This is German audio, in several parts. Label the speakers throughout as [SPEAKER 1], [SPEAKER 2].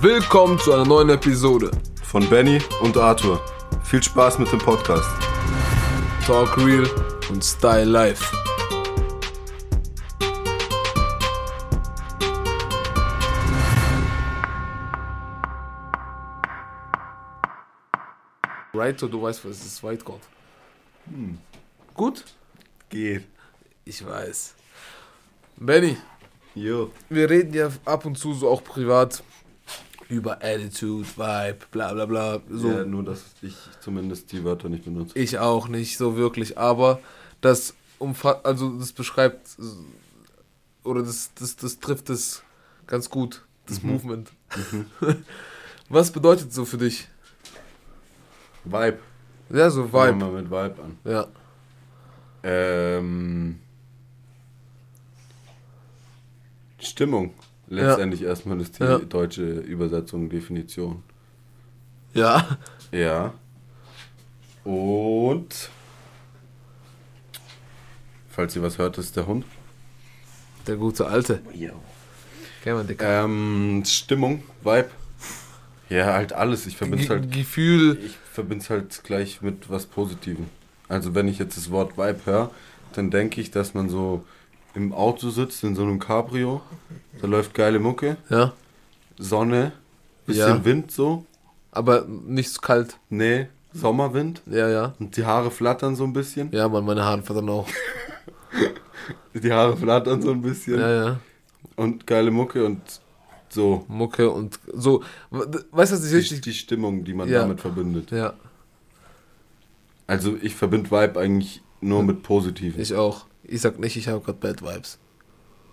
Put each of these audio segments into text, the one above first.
[SPEAKER 1] Willkommen zu einer neuen Episode
[SPEAKER 2] von Benny und Arthur. Viel Spaß mit dem Podcast.
[SPEAKER 1] Talk Real und Style Life. Righto, du weißt, was ist White Gold. Gut?
[SPEAKER 2] Geht.
[SPEAKER 1] Hm. Ich weiß. Benny,
[SPEAKER 2] Jo.
[SPEAKER 1] wir reden ja ab und zu so auch privat über Attitude, Vibe, bla bla bla. So.
[SPEAKER 2] Ja, nur, dass ich zumindest die Wörter nicht benutze.
[SPEAKER 1] Ich auch nicht so wirklich, aber das umfasst, also das beschreibt s- oder das, das, das trifft es ganz gut, das Movement. Mhm. Was bedeutet so für dich?
[SPEAKER 2] Vibe.
[SPEAKER 1] Ja, so
[SPEAKER 2] Fangen
[SPEAKER 1] Vibe.
[SPEAKER 2] wir mal mit Vibe an.
[SPEAKER 1] Ja.
[SPEAKER 2] Ähm. Stimmung. Letztendlich erstmal ist die
[SPEAKER 1] Ja.
[SPEAKER 2] deutsche Übersetzung, Definition.
[SPEAKER 1] Ja.
[SPEAKER 2] Ja. Und. Falls ihr was hört, ist der Hund.
[SPEAKER 1] Der gute Alte. Kennt man, Dicker.
[SPEAKER 2] Ähm, Stimmung, Vibe. Ja, halt alles. Ich verbinde
[SPEAKER 1] Ge
[SPEAKER 2] es halt,
[SPEAKER 1] Gefühl.
[SPEAKER 2] ich verbind's halt gleich mit was Positivem. Also wenn ich jetzt das Wort Vibe höre, dann denke ich, dass man so im Auto sitzt, in so einem Cabrio. Da läuft geile Mucke,
[SPEAKER 1] Ja.
[SPEAKER 2] Sonne, bisschen
[SPEAKER 1] Ja.
[SPEAKER 2] Wind so.
[SPEAKER 1] Aber nicht so kalt.
[SPEAKER 2] Nee, Sommerwind.
[SPEAKER 1] Ja, ja.
[SPEAKER 2] Und die Haare flattern so ein bisschen.
[SPEAKER 1] Ja, Mann, meine Haare verdammt auch.
[SPEAKER 2] Die Haare flattern so ein bisschen.
[SPEAKER 1] Ja, ja.
[SPEAKER 2] Und geile Mucke und so.
[SPEAKER 1] Mucke und so. Weißt du, was ich
[SPEAKER 2] Die,
[SPEAKER 1] richtig.
[SPEAKER 2] die Stimmung, die man
[SPEAKER 1] Ja.
[SPEAKER 2] damit verbindet.
[SPEAKER 1] Ja,
[SPEAKER 2] Also ich verbinde Vibe eigentlich nur mit Positiven.
[SPEAKER 1] ich auch. Ich sag nicht, ich habe gerade Bad Vibes.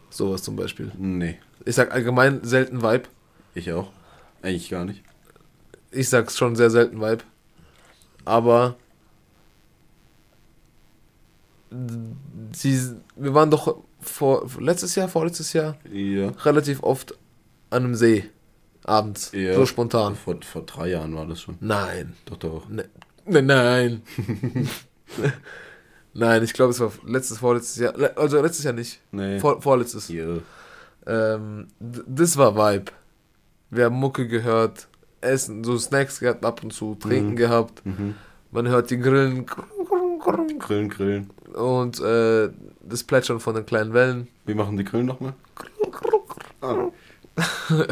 [SPEAKER 1] Sowas zum Beispiel.
[SPEAKER 2] nee,
[SPEAKER 1] Ich sag allgemein selten Vibe.
[SPEAKER 2] ich auch. Eigentlich gar nicht.
[SPEAKER 1] Ich sag's schon sehr selten Vibe. Aber sie, wir waren doch vor letztes Jahr, vorletztes Jahr
[SPEAKER 2] Ja.
[SPEAKER 1] relativ oft an einem See abends,
[SPEAKER 2] Ja.
[SPEAKER 1] so spontan.
[SPEAKER 2] Vor, vor drei Jahren war das schon.
[SPEAKER 1] Nein,
[SPEAKER 2] Doch, doch.
[SPEAKER 1] Ne- ne- nein, nein. Ich glaube, es war letztes, vorletztes Jahr, le- also letztes Jahr nicht,
[SPEAKER 2] Nee.
[SPEAKER 1] vor, vorletztes.
[SPEAKER 2] ja.
[SPEAKER 1] Ähm, d- das war Vibe. Wir haben Mucke gehört, Essen, so Snacks gehabt ab und zu, Trinken gehabt.
[SPEAKER 2] Mhm.
[SPEAKER 1] Man hört die Grillen krung, krung, krung,
[SPEAKER 2] Grillen, grillen.
[SPEAKER 1] und äh, das Plätschern von den kleinen Wellen.
[SPEAKER 2] Wir machen die Grillen nochmal.
[SPEAKER 1] Krung, krung, krung.
[SPEAKER 2] Ah.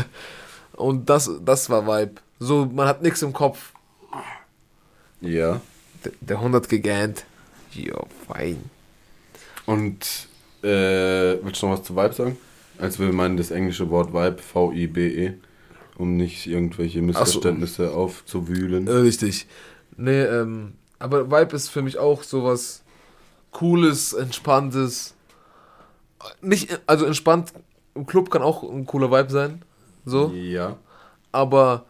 [SPEAKER 1] Und das, das war Vibe. So, man hat nichts im Kopf.
[SPEAKER 2] Ja.
[SPEAKER 1] D der Hund hat gegähnt. Ja, fein.
[SPEAKER 2] Und äh, willst du noch was zu Vibe sagen? Also wir meinen das englische Wort Vibe, V-I-B-E, um nicht irgendwelche Missverständnisse aufzuwühlen.
[SPEAKER 1] Äh, Richtig. Nee, ähm, aber Vibe ist für mich auch sowas Cooles, Entspanntes. Nicht, also entspannt im Club kann auch ein cooler Vibe sein.
[SPEAKER 2] oh.
[SPEAKER 1] So.
[SPEAKER 2] Ja.
[SPEAKER 1] Aber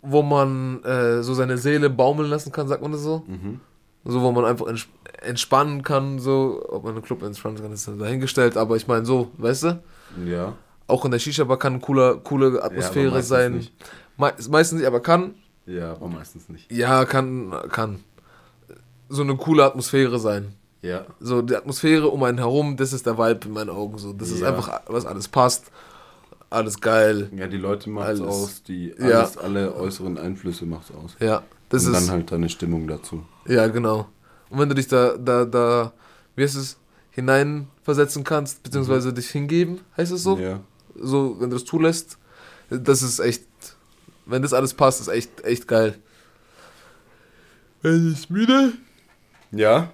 [SPEAKER 1] wo man äh, so seine Seele baumeln lassen kann, sagt man das so.
[SPEAKER 2] Mhm.
[SPEAKER 1] So, wo man einfach ents entspannen kann, so. Ob man im Club entspannen kann, ist dann dahingestellt. Aber ich meine, so, weißt du?
[SPEAKER 2] Ja.
[SPEAKER 1] Auch in der Shisha-Bar kann eine coole, coole
[SPEAKER 2] Ja, aber
[SPEAKER 1] Atmosphäre
[SPEAKER 2] meistens
[SPEAKER 1] sein.
[SPEAKER 2] nicht.
[SPEAKER 1] Me meistens nicht, aber kann.
[SPEAKER 2] Ja, aber meistens nicht.
[SPEAKER 1] Ja, kann, kann. So eine coole Atmosphäre sein.
[SPEAKER 2] Ja.
[SPEAKER 1] So die Atmosphäre um einen herum, das ist der Vibe in meinen Augen. So, das ist
[SPEAKER 2] Ja.
[SPEAKER 1] einfach, was alles passt, alles geil.
[SPEAKER 2] Ja, die Leute macht's
[SPEAKER 1] Alles.
[SPEAKER 2] aus, die
[SPEAKER 1] Ja.
[SPEAKER 2] alles, alle äußeren Einflüsse macht's aus.
[SPEAKER 1] Ja, das
[SPEAKER 2] Und
[SPEAKER 1] ist.
[SPEAKER 2] dann halt deine Stimmung dazu.
[SPEAKER 1] Ja, genau. Und wenn du dich da, da, da, wie heißt es, hineinversetzen kannst, beziehungsweise dich hingeben, heißt es so?
[SPEAKER 2] Mhm. Ja.
[SPEAKER 1] So, wenn du das zulässt, das ist echt. Wenn das alles passt, ist echt, echt geil. Wenn ich müde,
[SPEAKER 2] Ja?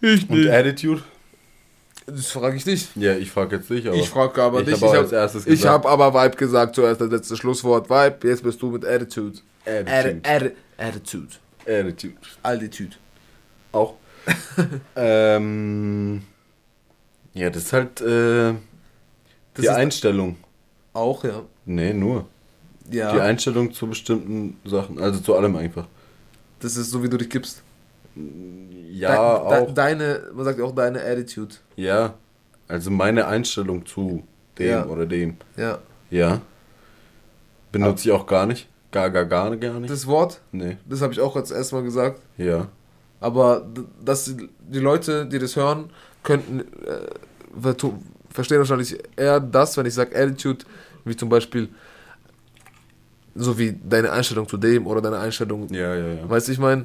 [SPEAKER 1] ich
[SPEAKER 2] Und Attitude?
[SPEAKER 1] Das frage ich dich.
[SPEAKER 2] Ja, ich frage jetzt dich, aber.
[SPEAKER 1] ich frage aber
[SPEAKER 2] ich
[SPEAKER 1] nicht.
[SPEAKER 2] hab auch
[SPEAKER 1] ich
[SPEAKER 2] als erstes
[SPEAKER 1] ich
[SPEAKER 2] gesagt.
[SPEAKER 1] habe aber Vibe gesagt zuerst, das letzte Schlusswort. Vibe, jetzt bist du mit Attitude.
[SPEAKER 2] Attitude.
[SPEAKER 1] Attitude.
[SPEAKER 2] Attitude.
[SPEAKER 1] Altitude.
[SPEAKER 2] Auch. ähm. Ja, das ist halt. Äh,
[SPEAKER 1] Das
[SPEAKER 2] die
[SPEAKER 1] ist
[SPEAKER 2] Einstellung.
[SPEAKER 1] auch, ja.
[SPEAKER 2] Nee, nur. Die
[SPEAKER 1] Ja,
[SPEAKER 2] Einstellung zu bestimmten Sachen. Also zu allem einfach.
[SPEAKER 1] das ist so, wie du dich gibst.
[SPEAKER 2] Ja,
[SPEAKER 1] Dein- de-
[SPEAKER 2] auch.
[SPEAKER 1] Deine, man sagt auch deine Attitude.
[SPEAKER 2] ja. Also meine Einstellung zu dem
[SPEAKER 1] Ja.
[SPEAKER 2] oder dem.
[SPEAKER 1] Ja.
[SPEAKER 2] Ja. Benutze ich auch gar nicht. Gar, gar, gar, gar nicht.
[SPEAKER 1] Das Wort,
[SPEAKER 2] nee.
[SPEAKER 1] das habe ich auch jetzt erstmal gesagt.
[SPEAKER 2] Ja.
[SPEAKER 1] Aber d- dass die die Leute, die das hören, könnten äh, ver- tu- verstehen wahrscheinlich eher das, wenn ich sage Attitude, wie zum Beispiel So wie deine Einstellung zu dem oder deine Einstellung.
[SPEAKER 2] Ja, ja, ja.
[SPEAKER 1] Weißt du, ich meine.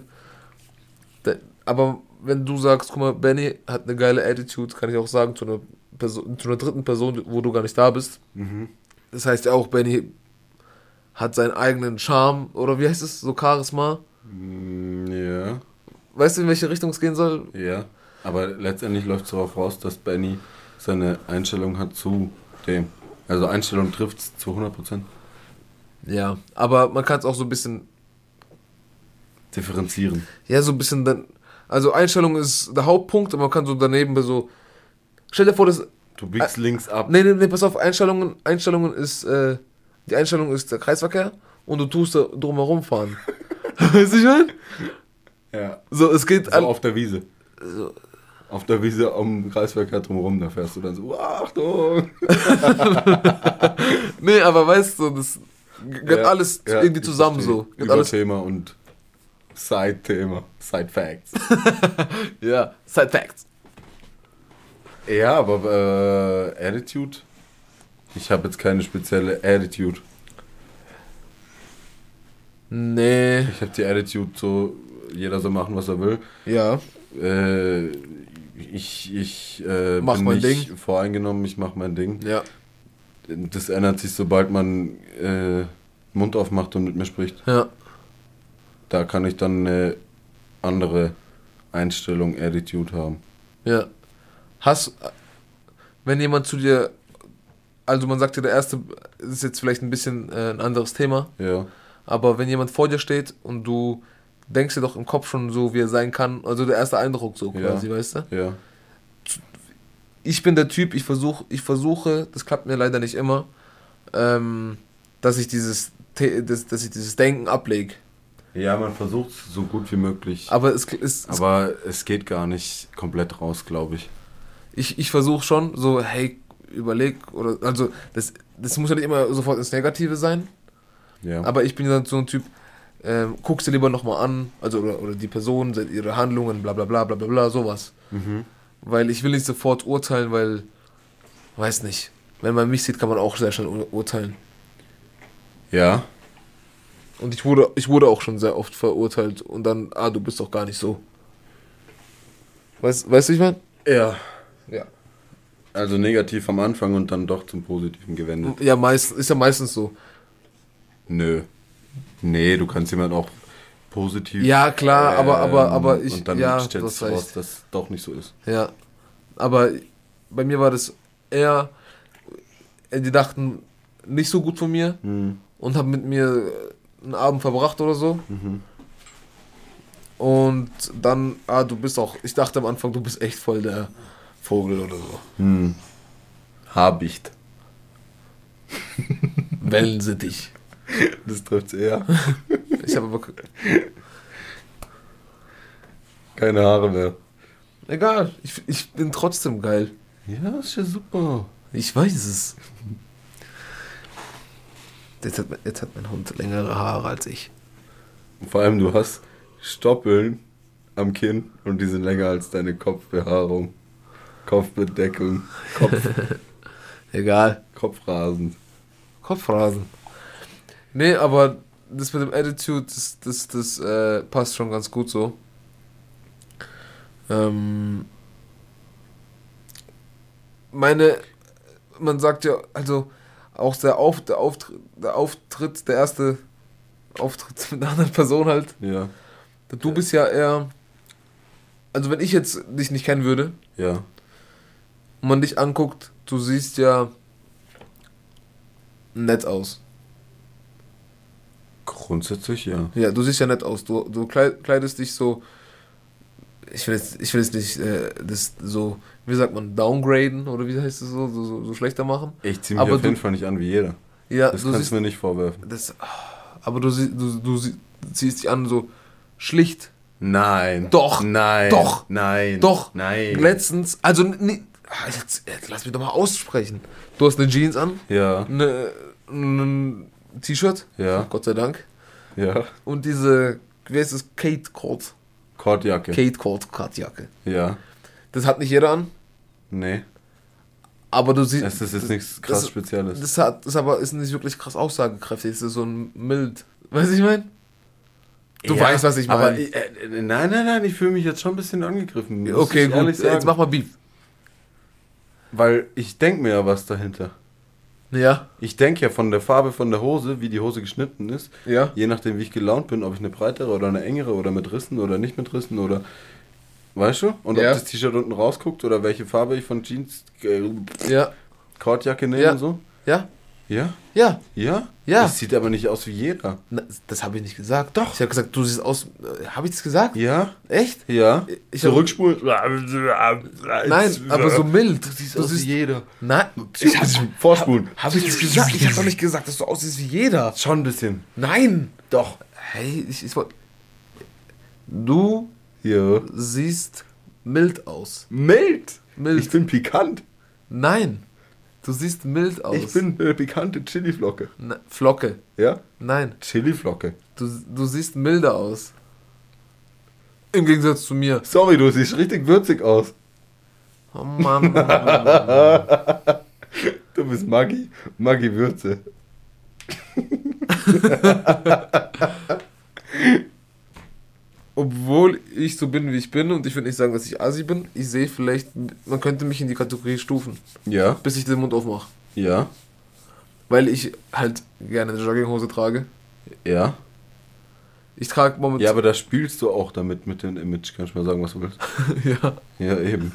[SPEAKER 1] Aber wenn du sagst, guck mal, Benny hat eine geile Attitude, kann ich auch sagen, zu einer, Person, zu einer dritten Person, wo du gar nicht da bist. Das heißt ja auch, Benny hat seinen eigenen Charme oder wie heißt es, so Charisma.
[SPEAKER 2] Mm, Ja,
[SPEAKER 1] Weißt du, in welche Richtung es gehen soll?
[SPEAKER 2] ja. Aber letztendlich läuft es darauf raus, dass Benny seine Einstellung hat zu dem. Also Einstellung trifft es zu 100%.
[SPEAKER 1] Ja, aber man kann es auch so ein bisschen,
[SPEAKER 2] Differenzieren.
[SPEAKER 1] ja, so ein bisschen dann, also Einstellung ist der Hauptpunkt, aber man kann so daneben bei so, stell dir vor, das,
[SPEAKER 2] Du biegst links ab.
[SPEAKER 1] nee, nee, nee, pass auf, Einstellungen, Einstellungen ist, äh, die Einstellung ist der Kreisverkehr und du tust da drumherum fahren. weißt du, ich mein?
[SPEAKER 2] Ja.
[SPEAKER 1] So, es geht,
[SPEAKER 2] So
[SPEAKER 1] an,
[SPEAKER 2] auf der Wiese. Auf der Wiese am Kreisverkehr drumherum, da fährst du dann so, "Wow, Achtung!
[SPEAKER 1] nee, aber weißt du, das geht
[SPEAKER 2] Ja,
[SPEAKER 1] alles
[SPEAKER 2] ja,
[SPEAKER 1] irgendwie
[SPEAKER 2] ich
[SPEAKER 1] zusammen
[SPEAKER 2] verstehe.
[SPEAKER 1] so. Geht
[SPEAKER 2] Über
[SPEAKER 1] alles,
[SPEAKER 2] Thema und Side-Thema, Side-Facts.
[SPEAKER 1] ja, Side Facts.
[SPEAKER 2] ja, aber äh, Attitude? Ich habe jetzt keine spezielle Attitude.
[SPEAKER 1] Nee,
[SPEAKER 2] Ich habe die Attitude so, jeder soll machen, was er will.
[SPEAKER 1] ja,
[SPEAKER 2] Äh, ich ich äh,
[SPEAKER 1] Mach
[SPEAKER 2] bin
[SPEAKER 1] mein
[SPEAKER 2] nicht voreingenommen, ich mache mein Ding.
[SPEAKER 1] ja.
[SPEAKER 2] Das ändert sich, sobald man äh, Mund aufmacht und mit mir spricht.
[SPEAKER 1] Ja,
[SPEAKER 2] Da kann ich dann eine andere Einstellung, Attitude haben.
[SPEAKER 1] ja. Hast, wenn jemand zu dir, also man sagt dir, der erste das ist jetzt vielleicht ein bisschen äh, ein anderes Thema,
[SPEAKER 2] Ja.
[SPEAKER 1] aber wenn jemand vor dir steht und du denkst dir doch im Kopf schon so, wie er sein kann, also der erste Eindruck so
[SPEAKER 2] Ja.
[SPEAKER 1] quasi, weißt du?
[SPEAKER 2] Ja,
[SPEAKER 1] Ich bin der Typ, ich versuche, ich versuche, das klappt mir leider nicht immer, ähm, dass ich dieses, The- das, dass ich dieses Denken ablege.
[SPEAKER 2] ja man versucht es so gut wie möglich.
[SPEAKER 1] Aber es, es, es
[SPEAKER 2] Aber es geht gar nicht komplett raus, glaube ich.
[SPEAKER 1] ich, ich versuche schon so, hey, überleg oder also das, das muss ja nicht immer sofort ins Negative sein,
[SPEAKER 2] Ja.
[SPEAKER 1] aber ich bin dann so ein Typ, ähm, guckst dir lieber nochmal an, also oder, oder die Person, se- ihre Handlungen, bla bla bla bla bla bla, sowas.
[SPEAKER 2] Mhm.
[SPEAKER 1] Weil ich will nicht sofort urteilen, weil, weiß nicht, wenn man mich sieht, kann man auch sehr schnell ur urteilen.
[SPEAKER 2] ja.
[SPEAKER 1] Und ich wurde, ich wurde auch schon sehr oft verurteilt und dann, ah, du bist doch gar nicht so. Weißt, weißt du, wie ich meine?
[SPEAKER 2] Ja.
[SPEAKER 1] Ja.
[SPEAKER 2] Also negativ am Anfang und dann doch zum Positiven gewendet.
[SPEAKER 1] Ja, meist, ist ja meistens so.
[SPEAKER 2] Nö. Nee, du kannst jemanden auch positiv. ähm,
[SPEAKER 1] Ja, klar, aber, aber, aber ich,
[SPEAKER 2] Und dann
[SPEAKER 1] ja,
[SPEAKER 2] stellst
[SPEAKER 1] das
[SPEAKER 2] du raus,
[SPEAKER 1] reicht.
[SPEAKER 2] dass es doch nicht so ist.
[SPEAKER 1] Ja, aber bei mir war das eher, die dachten nicht so gut von mir und haben mit mir einen Abend verbracht oder so. Und dann, ah, du bist auch, ich dachte am Anfang, du bist echt voll der Vogel oder so.
[SPEAKER 2] Habicht.
[SPEAKER 1] Wellensittich.
[SPEAKER 2] Das trifft's eher.
[SPEAKER 1] Ich habe aber, ke-
[SPEAKER 2] Keine Haare mehr.
[SPEAKER 1] egal, ich, ich bin trotzdem geil.
[SPEAKER 2] Ja, ist ja super.
[SPEAKER 1] Ich weiß es. Jetzt hat, mein- jetzt hat mein Hund längere Haare als ich.
[SPEAKER 2] Und vor allem, du hast Stoppeln am Kinn und die sind länger als deine Kopfbehaarung. Kopfbedeckung. Kopf,
[SPEAKER 1] Egal.
[SPEAKER 2] Kopfrasen.
[SPEAKER 1] Kopfrasen. Nee, aber das mit dem Attitude, das, das, das äh, passt schon ganz gut so. Ähm, meine, man sagt ja, also auch der, Auf, der, Auftritt, der Auftritt, der erste Auftritt mit einer anderen Person halt,
[SPEAKER 2] Ja.
[SPEAKER 1] du bist ja eher, also wenn ich jetzt dich nicht kennen würde,
[SPEAKER 2] Ja.
[SPEAKER 1] und man dich anguckt, du siehst ja nett aus.
[SPEAKER 2] Grundsätzlich ja.
[SPEAKER 1] Ja, du siehst ja nett aus. Du, du kleid- kleidest dich so. Ich will jetzt, ich will jetzt nicht äh, das so, wie sagt man, downgraden oder wie heißt es so, so, so, so schlechter machen.
[SPEAKER 2] Ich ziehe
[SPEAKER 1] Aber
[SPEAKER 2] mich auf
[SPEAKER 1] du-
[SPEAKER 2] jeden Fall nicht an wie jeder.
[SPEAKER 1] Ja,
[SPEAKER 2] Das
[SPEAKER 1] du
[SPEAKER 2] kannst
[SPEAKER 1] siehst.
[SPEAKER 2] du mir nicht vorwerfen.
[SPEAKER 1] Das, aber du, sie- du, du sie- ziehst dich an so schlicht.
[SPEAKER 2] Nein.
[SPEAKER 1] Doch.
[SPEAKER 2] Nein.
[SPEAKER 1] Doch.
[SPEAKER 2] Nein.
[SPEAKER 1] Doch.
[SPEAKER 2] Nein.
[SPEAKER 1] Letztens, also. Nee, ah, jetzt, jetzt lass mich doch mal aussprechen. Du hast eine Jeans an,
[SPEAKER 2] Ja.
[SPEAKER 1] eine, ein T-Shirt.
[SPEAKER 2] Ja.
[SPEAKER 1] Gott sei Dank.
[SPEAKER 2] Ja.
[SPEAKER 1] Und diese, wie heißt es, Kate Cord.
[SPEAKER 2] Kordjacke.
[SPEAKER 1] Kate Cord Kartjacke.
[SPEAKER 2] Ja.
[SPEAKER 1] Das hat nicht jeder an.
[SPEAKER 2] Nee.
[SPEAKER 1] Aber du siehst.
[SPEAKER 2] Es ist jetzt nichts krass
[SPEAKER 1] das-
[SPEAKER 2] Spezielles.
[SPEAKER 1] Das hat, ist aber ist nicht wirklich krass aussagekräftig. Es ist so ein mild. Weißt du, was ich meine? Du weißt, was ich
[SPEAKER 2] Aber
[SPEAKER 1] meine.
[SPEAKER 2] ich, äh, äh, nein, nein, nein, ich fühle mich jetzt schon ein bisschen angegriffen. muss
[SPEAKER 1] Okay,
[SPEAKER 2] ich
[SPEAKER 1] gut.
[SPEAKER 2] ehrlich
[SPEAKER 1] Jetzt
[SPEAKER 2] sagen.
[SPEAKER 1] mach mal Beef.
[SPEAKER 2] Weil ich denke mir ja was dahinter.
[SPEAKER 1] Ja.
[SPEAKER 2] Ich denke ja von der Farbe von der Hose, wie die Hose geschnitten ist,
[SPEAKER 1] Ja.
[SPEAKER 2] je nachdem, wie ich gelaunt bin, ob ich eine breitere oder eine engere oder mit Rissen oder nicht mit Rissen oder. Weißt du? Und
[SPEAKER 1] Ja.
[SPEAKER 2] ob das T-Shirt unten rausguckt oder welche Farbe ich von Jeans, äh,
[SPEAKER 1] Ja.
[SPEAKER 2] Kordjacke nehme
[SPEAKER 1] Ja.
[SPEAKER 2] und so.
[SPEAKER 1] Ja.
[SPEAKER 2] Ja?
[SPEAKER 1] Ja.
[SPEAKER 2] Ja?
[SPEAKER 1] Ja.
[SPEAKER 2] Das sieht aber nicht aus wie jeder.
[SPEAKER 1] Na, das habe ich nicht gesagt. Doch. Ich habe gesagt, du siehst aus. Habe ich das gesagt?
[SPEAKER 2] Ja?
[SPEAKER 1] Echt?
[SPEAKER 2] Ja?
[SPEAKER 1] Ich hab-
[SPEAKER 2] Zurückspulen.
[SPEAKER 1] Nein, aber so mild. Du siehst,
[SPEAKER 2] Du siehst jeder.
[SPEAKER 1] Nein. Ich habe
[SPEAKER 2] Vorspulen.
[SPEAKER 1] hab ich das gesagt? Ich habe doch nicht gesagt, dass du aussiehst wie jeder.
[SPEAKER 2] Schon ein bisschen.
[SPEAKER 1] Nein.
[SPEAKER 2] Doch.
[SPEAKER 1] Hey, ich, ich wollte. Du
[SPEAKER 2] Ja.
[SPEAKER 1] siehst mild aus.
[SPEAKER 2] Mild.
[SPEAKER 1] Mild.
[SPEAKER 2] Ich bin pikant.
[SPEAKER 1] Nein. Du siehst mild aus.
[SPEAKER 2] Ich bin eine pikante Chili-Flocke.
[SPEAKER 1] Na, Flocke.
[SPEAKER 2] Ja?
[SPEAKER 1] Nein.
[SPEAKER 2] Chili-Flocke.
[SPEAKER 1] Du, du siehst milder aus. Im Gegensatz zu mir.
[SPEAKER 2] Sorry, du siehst richtig würzig aus.
[SPEAKER 1] Oh Mann.
[SPEAKER 2] Du bist Maggi. Maggi Würze.
[SPEAKER 1] Obwohl ich so bin, wie ich bin, und ich würde nicht sagen, dass ich Asi bin, ich sehe vielleicht, man könnte mich in die Kategorie stufen,
[SPEAKER 2] Ja.
[SPEAKER 1] bis ich den Mund aufmache.
[SPEAKER 2] Ja.
[SPEAKER 1] Weil ich halt gerne eine Jogginghose trage.
[SPEAKER 2] Ja.
[SPEAKER 1] Ich trage
[SPEAKER 2] Ja,
[SPEAKER 1] momentan.
[SPEAKER 2] aber da spielst du auch damit mit dem Image. Kannst du mal sagen, was du willst?
[SPEAKER 1] Ja.
[SPEAKER 2] Ja, eben.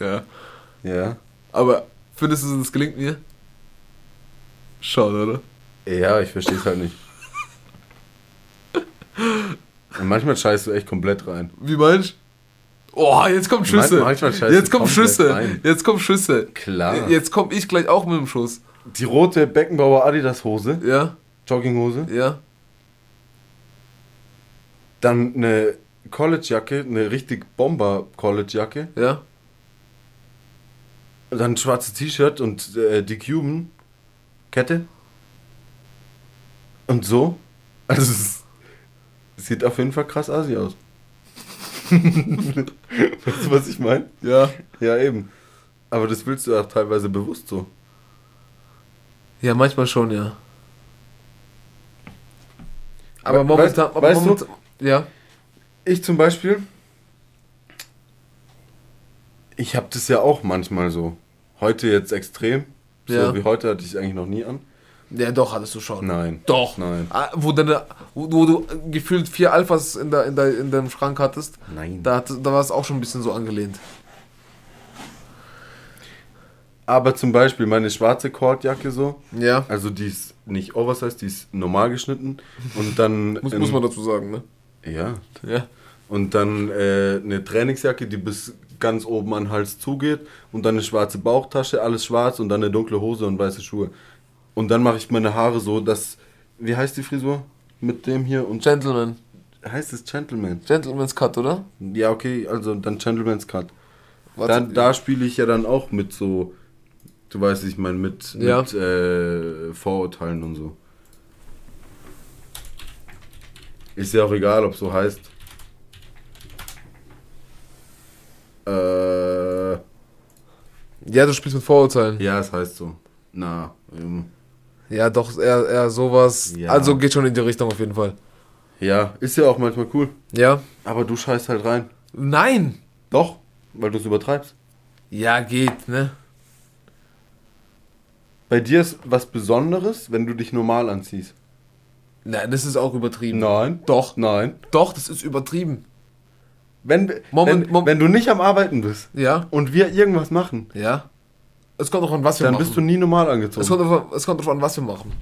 [SPEAKER 1] ja.
[SPEAKER 2] Ja.
[SPEAKER 1] Aber findest du, das gelingt mir? Schade, oder?
[SPEAKER 2] Ja, ich verstehe es halt nicht. Und manchmal scheißt du echt komplett rein.
[SPEAKER 1] Wie meinst du? Oh, jetzt kommen Schüsse.
[SPEAKER 2] Man- manchmal scheißt
[SPEAKER 1] jetzt
[SPEAKER 2] du
[SPEAKER 1] kommen
[SPEAKER 2] komplett
[SPEAKER 1] Schüsse.
[SPEAKER 2] rein.
[SPEAKER 1] Jetzt kommen Schüsse.
[SPEAKER 2] Klar.
[SPEAKER 1] Jetzt komme ich gleich auch mit dem Schuss.
[SPEAKER 2] Die rote Beckenbauer Adidas Hose,
[SPEAKER 1] Ja,
[SPEAKER 2] Jogginghose,
[SPEAKER 1] ja.
[SPEAKER 2] dann eine Collegejacke, eine richtig Bomber Collegejacke,
[SPEAKER 1] Ja,
[SPEAKER 2] dann ein schwarzes T-Shirt und äh, die Cuban Kette. Und so. Also es es sieht auf jeden Fall krass assi aus. weißt du, was ich meine?
[SPEAKER 1] ja.
[SPEAKER 2] Ja, eben. Aber das willst du auch teilweise bewusst so.
[SPEAKER 1] Ja, manchmal schon, ja. Aber
[SPEAKER 2] We-
[SPEAKER 1] momentan.
[SPEAKER 2] weißt-
[SPEAKER 1] aber
[SPEAKER 2] weißt du-
[SPEAKER 1] momentan Ja.
[SPEAKER 2] Ich zum Beispiel, ich habe das ja auch manchmal so. Heute jetzt extrem. So
[SPEAKER 1] Ja.
[SPEAKER 2] wie heute hatte ich es eigentlich noch nie an.
[SPEAKER 1] Ja, doch, hattest du schon.
[SPEAKER 2] Nein.
[SPEAKER 1] Doch.
[SPEAKER 2] Nein.
[SPEAKER 1] Ah, Wo, deine, wo, wo du gefühlt vier Alphas in, der, in, der, in deinem Schrank hattest,
[SPEAKER 2] Nein.
[SPEAKER 1] da, hatte, da war es auch schon ein bisschen so angelehnt.
[SPEAKER 2] Aber zum Beispiel meine schwarze Kordjacke so.
[SPEAKER 1] Ja.
[SPEAKER 2] Also die ist nicht oversized, die ist normal geschnitten. Und dann.
[SPEAKER 1] Muss,
[SPEAKER 2] ähm,
[SPEAKER 1] muss man dazu sagen, ne?
[SPEAKER 2] Ja.
[SPEAKER 1] Ja.
[SPEAKER 2] Und dann äh, eine Trainingsjacke, die bis ganz oben an den Hals zugeht. Und dann eine schwarze Bauchtasche, alles schwarz. Und dann eine dunkle Hose und weiße Schuhe. Und dann mache ich meine Haare so, dass. Wie heißt die Frisur? Mit dem hier und.
[SPEAKER 1] Gentleman.
[SPEAKER 2] Heißt es Gentleman?
[SPEAKER 1] Gentleman's Cut, oder?
[SPEAKER 2] Ja, okay, also dann Gentleman's Cut.
[SPEAKER 1] Warte.
[SPEAKER 2] Dann, da spiele ich ja dann auch mit so. Du weißt, ich meine, mit,
[SPEAKER 1] Ja.
[SPEAKER 2] mit äh, Vorurteilen und so. Ist ja auch egal, ob so heißt. Äh,
[SPEAKER 1] Ja, du spielst mit Vorurteilen.
[SPEAKER 2] ja, es heißt so. Na, ähm,
[SPEAKER 1] Ja, doch, eher, eher sowas.
[SPEAKER 2] Ja.
[SPEAKER 1] Also geht schon in die Richtung auf jeden Fall.
[SPEAKER 2] ja, ist ja auch manchmal cool.
[SPEAKER 1] Ja?
[SPEAKER 2] Aber du scheißt halt rein.
[SPEAKER 1] Nein!
[SPEAKER 2] Doch, weil du es übertreibst.
[SPEAKER 1] Ja, geht, ne?
[SPEAKER 2] Bei dir ist was Besonderes, wenn du dich normal anziehst.
[SPEAKER 1] Nein, das ist auch übertrieben.
[SPEAKER 2] Nein.
[SPEAKER 1] Doch,
[SPEAKER 2] Nein.
[SPEAKER 1] doch, das ist übertrieben.
[SPEAKER 2] Wenn,
[SPEAKER 1] Moment,
[SPEAKER 2] wenn,
[SPEAKER 1] Moment.
[SPEAKER 2] wenn du nicht am Arbeiten bist
[SPEAKER 1] Ja,
[SPEAKER 2] und wir irgendwas machen,
[SPEAKER 1] ja. Es kommt drauf an, was wir
[SPEAKER 2] dann
[SPEAKER 1] machen.
[SPEAKER 2] bist du nie normal
[SPEAKER 1] es,
[SPEAKER 2] angezogen.
[SPEAKER 1] kommt drauf an, es kommt drauf an, was wir machen.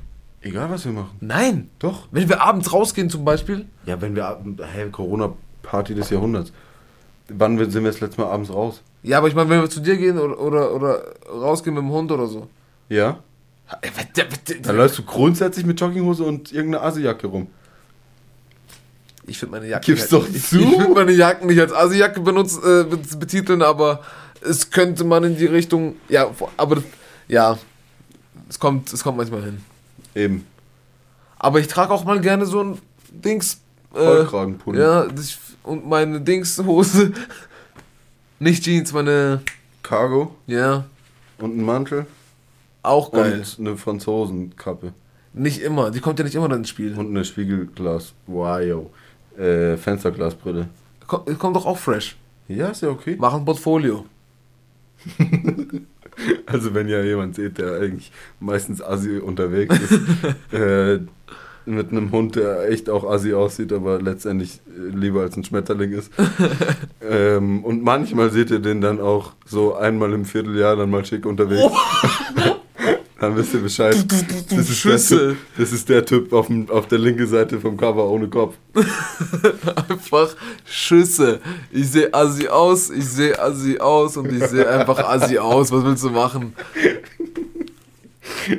[SPEAKER 2] Egal, was wir machen.
[SPEAKER 1] Nein!
[SPEAKER 2] Doch.
[SPEAKER 1] Wenn wir abends rausgehen zum Beispiel,
[SPEAKER 2] Ja, wenn wir... ab- Hey, Corona-Party des Jahrhunderts. Wann wir- sind wir das letzte Mal abends raus?
[SPEAKER 1] ja, aber ich meine, wenn wir zu dir gehen oder, oder, oder rausgehen mit dem Hund oder so.
[SPEAKER 2] Ja?
[SPEAKER 1] Ey, was der- was der-
[SPEAKER 2] Dann läufst du grundsätzlich mit Jogginghose und irgendeiner Asijacke rum.
[SPEAKER 1] Ich finde meine Jacke.
[SPEAKER 2] Gib's
[SPEAKER 1] halt,
[SPEAKER 2] doch
[SPEAKER 1] ich,
[SPEAKER 2] zu.
[SPEAKER 1] Ich würde meine Jacken nicht als Asi-Jacke benutzt, äh, bet- betiteln, aber es könnte man in die Richtung. Ja, vor- aber das- ja, es kommt, es kommt manchmal hin.
[SPEAKER 2] Eben.
[SPEAKER 1] Aber ich trage auch mal gerne so ein Dings. Äh,
[SPEAKER 2] Vollkragenpulli.
[SPEAKER 1] ja, das- und meine Dingshose. Nicht Jeans, meine
[SPEAKER 2] Cargo
[SPEAKER 1] Ja,
[SPEAKER 2] und einen Mantel
[SPEAKER 1] auch geil.
[SPEAKER 2] und eine Franzosenkappe
[SPEAKER 1] Nicht immer, die kommt ja nicht immer dann ins Spiel.
[SPEAKER 2] und eine Spiegelglas, wow, yo. äh, Fensterglasbrille.
[SPEAKER 1] Komm- Kommt doch auch fresh.
[SPEAKER 2] Ja, ist ja okay.
[SPEAKER 1] Mach ein Portfolio.
[SPEAKER 2] Also wenn ja jemand seht, der eigentlich meistens Assi unterwegs ist, äh, mit einem Hund, der echt auch Assi aussieht, aber letztendlich äh, lieber als ein Schmetterling ist. ähm, und manchmal seht ihr den dann auch so einmal im Vierteljahr dann mal schick unterwegs. dann wisst ihr Bescheid. Das ist der
[SPEAKER 1] Schüsse.
[SPEAKER 2] typ, das ist der typ auf, dem, auf der linken Seite vom Cover ohne Kopf.
[SPEAKER 1] Einfach Schüsse. Ich sehe Assi aus, ich sehe Assi aus und ich sehe einfach Assi aus. Was willst du machen?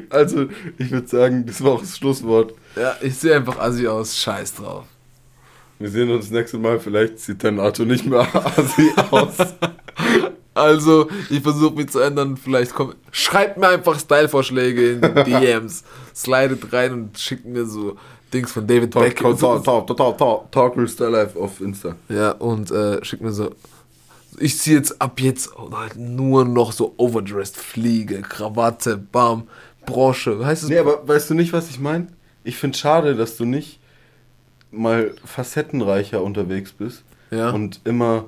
[SPEAKER 2] Also ich würde sagen, das war auch das Schlusswort.
[SPEAKER 1] Ja, ich sehe einfach Assi aus. Scheiß drauf.
[SPEAKER 2] Wir sehen uns das nächste Mal. Vielleicht sieht dein Auto nicht mehr Assi aus.
[SPEAKER 1] Also, ich versuche mich zu ändern. Vielleicht kommt. Schreibt mir einfach Stylevorschläge in die DMs. Slidet rein und schickt mir so Dings von David
[SPEAKER 2] Talk,
[SPEAKER 1] Beckham.
[SPEAKER 2] talk, talk, talk, talk, talk, talk Real Style Life auf Insta.
[SPEAKER 1] Ja, und äh, schickt mir so. Ich ziehe jetzt ab jetzt halt nur noch so overdressed Fliege, Krawatte, Bam, Brosche. Heißt es?
[SPEAKER 2] Nee, aber weißt du nicht, was ich meine? Ich finde schade, dass du nicht mal facettenreicher unterwegs bist
[SPEAKER 1] Ja.
[SPEAKER 2] und immer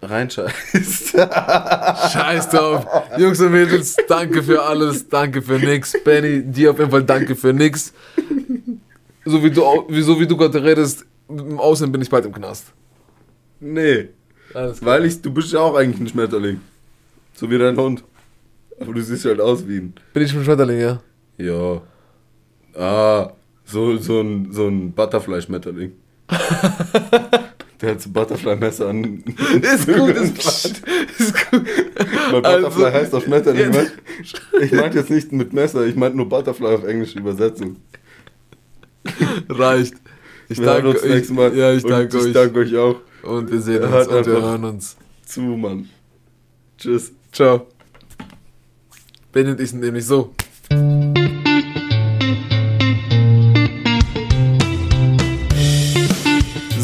[SPEAKER 2] reinscheißt.
[SPEAKER 1] Scheiß drauf. Jungs und Mädels, danke für alles, danke für nix. Benny, dir auf jeden Fall danke für nix. So wie du, au- wie, so wie du gerade redest, im Ausland bin ich bald im Knast.
[SPEAKER 2] nee,
[SPEAKER 1] Alles
[SPEAKER 2] weil ich, du bist ja auch eigentlich ein Schmetterling. So wie dein Hund. Aber du siehst halt aus wie ein.
[SPEAKER 1] Bin ich schon Schmetterling, ja?
[SPEAKER 2] Ja. Ah, so, so ein, so ein Butterfly-Schmetterling. Der hat so ein Butterfly-Messer an.
[SPEAKER 1] Ist gut, ist, ist gut.
[SPEAKER 2] Weil Butterfly
[SPEAKER 1] Also-
[SPEAKER 2] heißt auf Schmetterling,
[SPEAKER 1] Ja.
[SPEAKER 2] weißt du? Ich meinte jetzt nicht mit Messer, ich meinte nur Butterfly auf englische Übersetzung.
[SPEAKER 1] Reicht. Ich
[SPEAKER 2] Wir hören
[SPEAKER 1] danke
[SPEAKER 2] uns
[SPEAKER 1] euch.
[SPEAKER 2] nächstes Mal.
[SPEAKER 1] Ja, ich
[SPEAKER 2] Und
[SPEAKER 1] danke
[SPEAKER 2] ich
[SPEAKER 1] euch.
[SPEAKER 2] danke euch auch.
[SPEAKER 1] Und wir sehen uns
[SPEAKER 2] Hört
[SPEAKER 1] und wir
[SPEAKER 2] einfach.
[SPEAKER 1] hören uns.
[SPEAKER 2] Zu, Mann. Tschüss.
[SPEAKER 1] Ciao. Benny und ich sind nämlich so.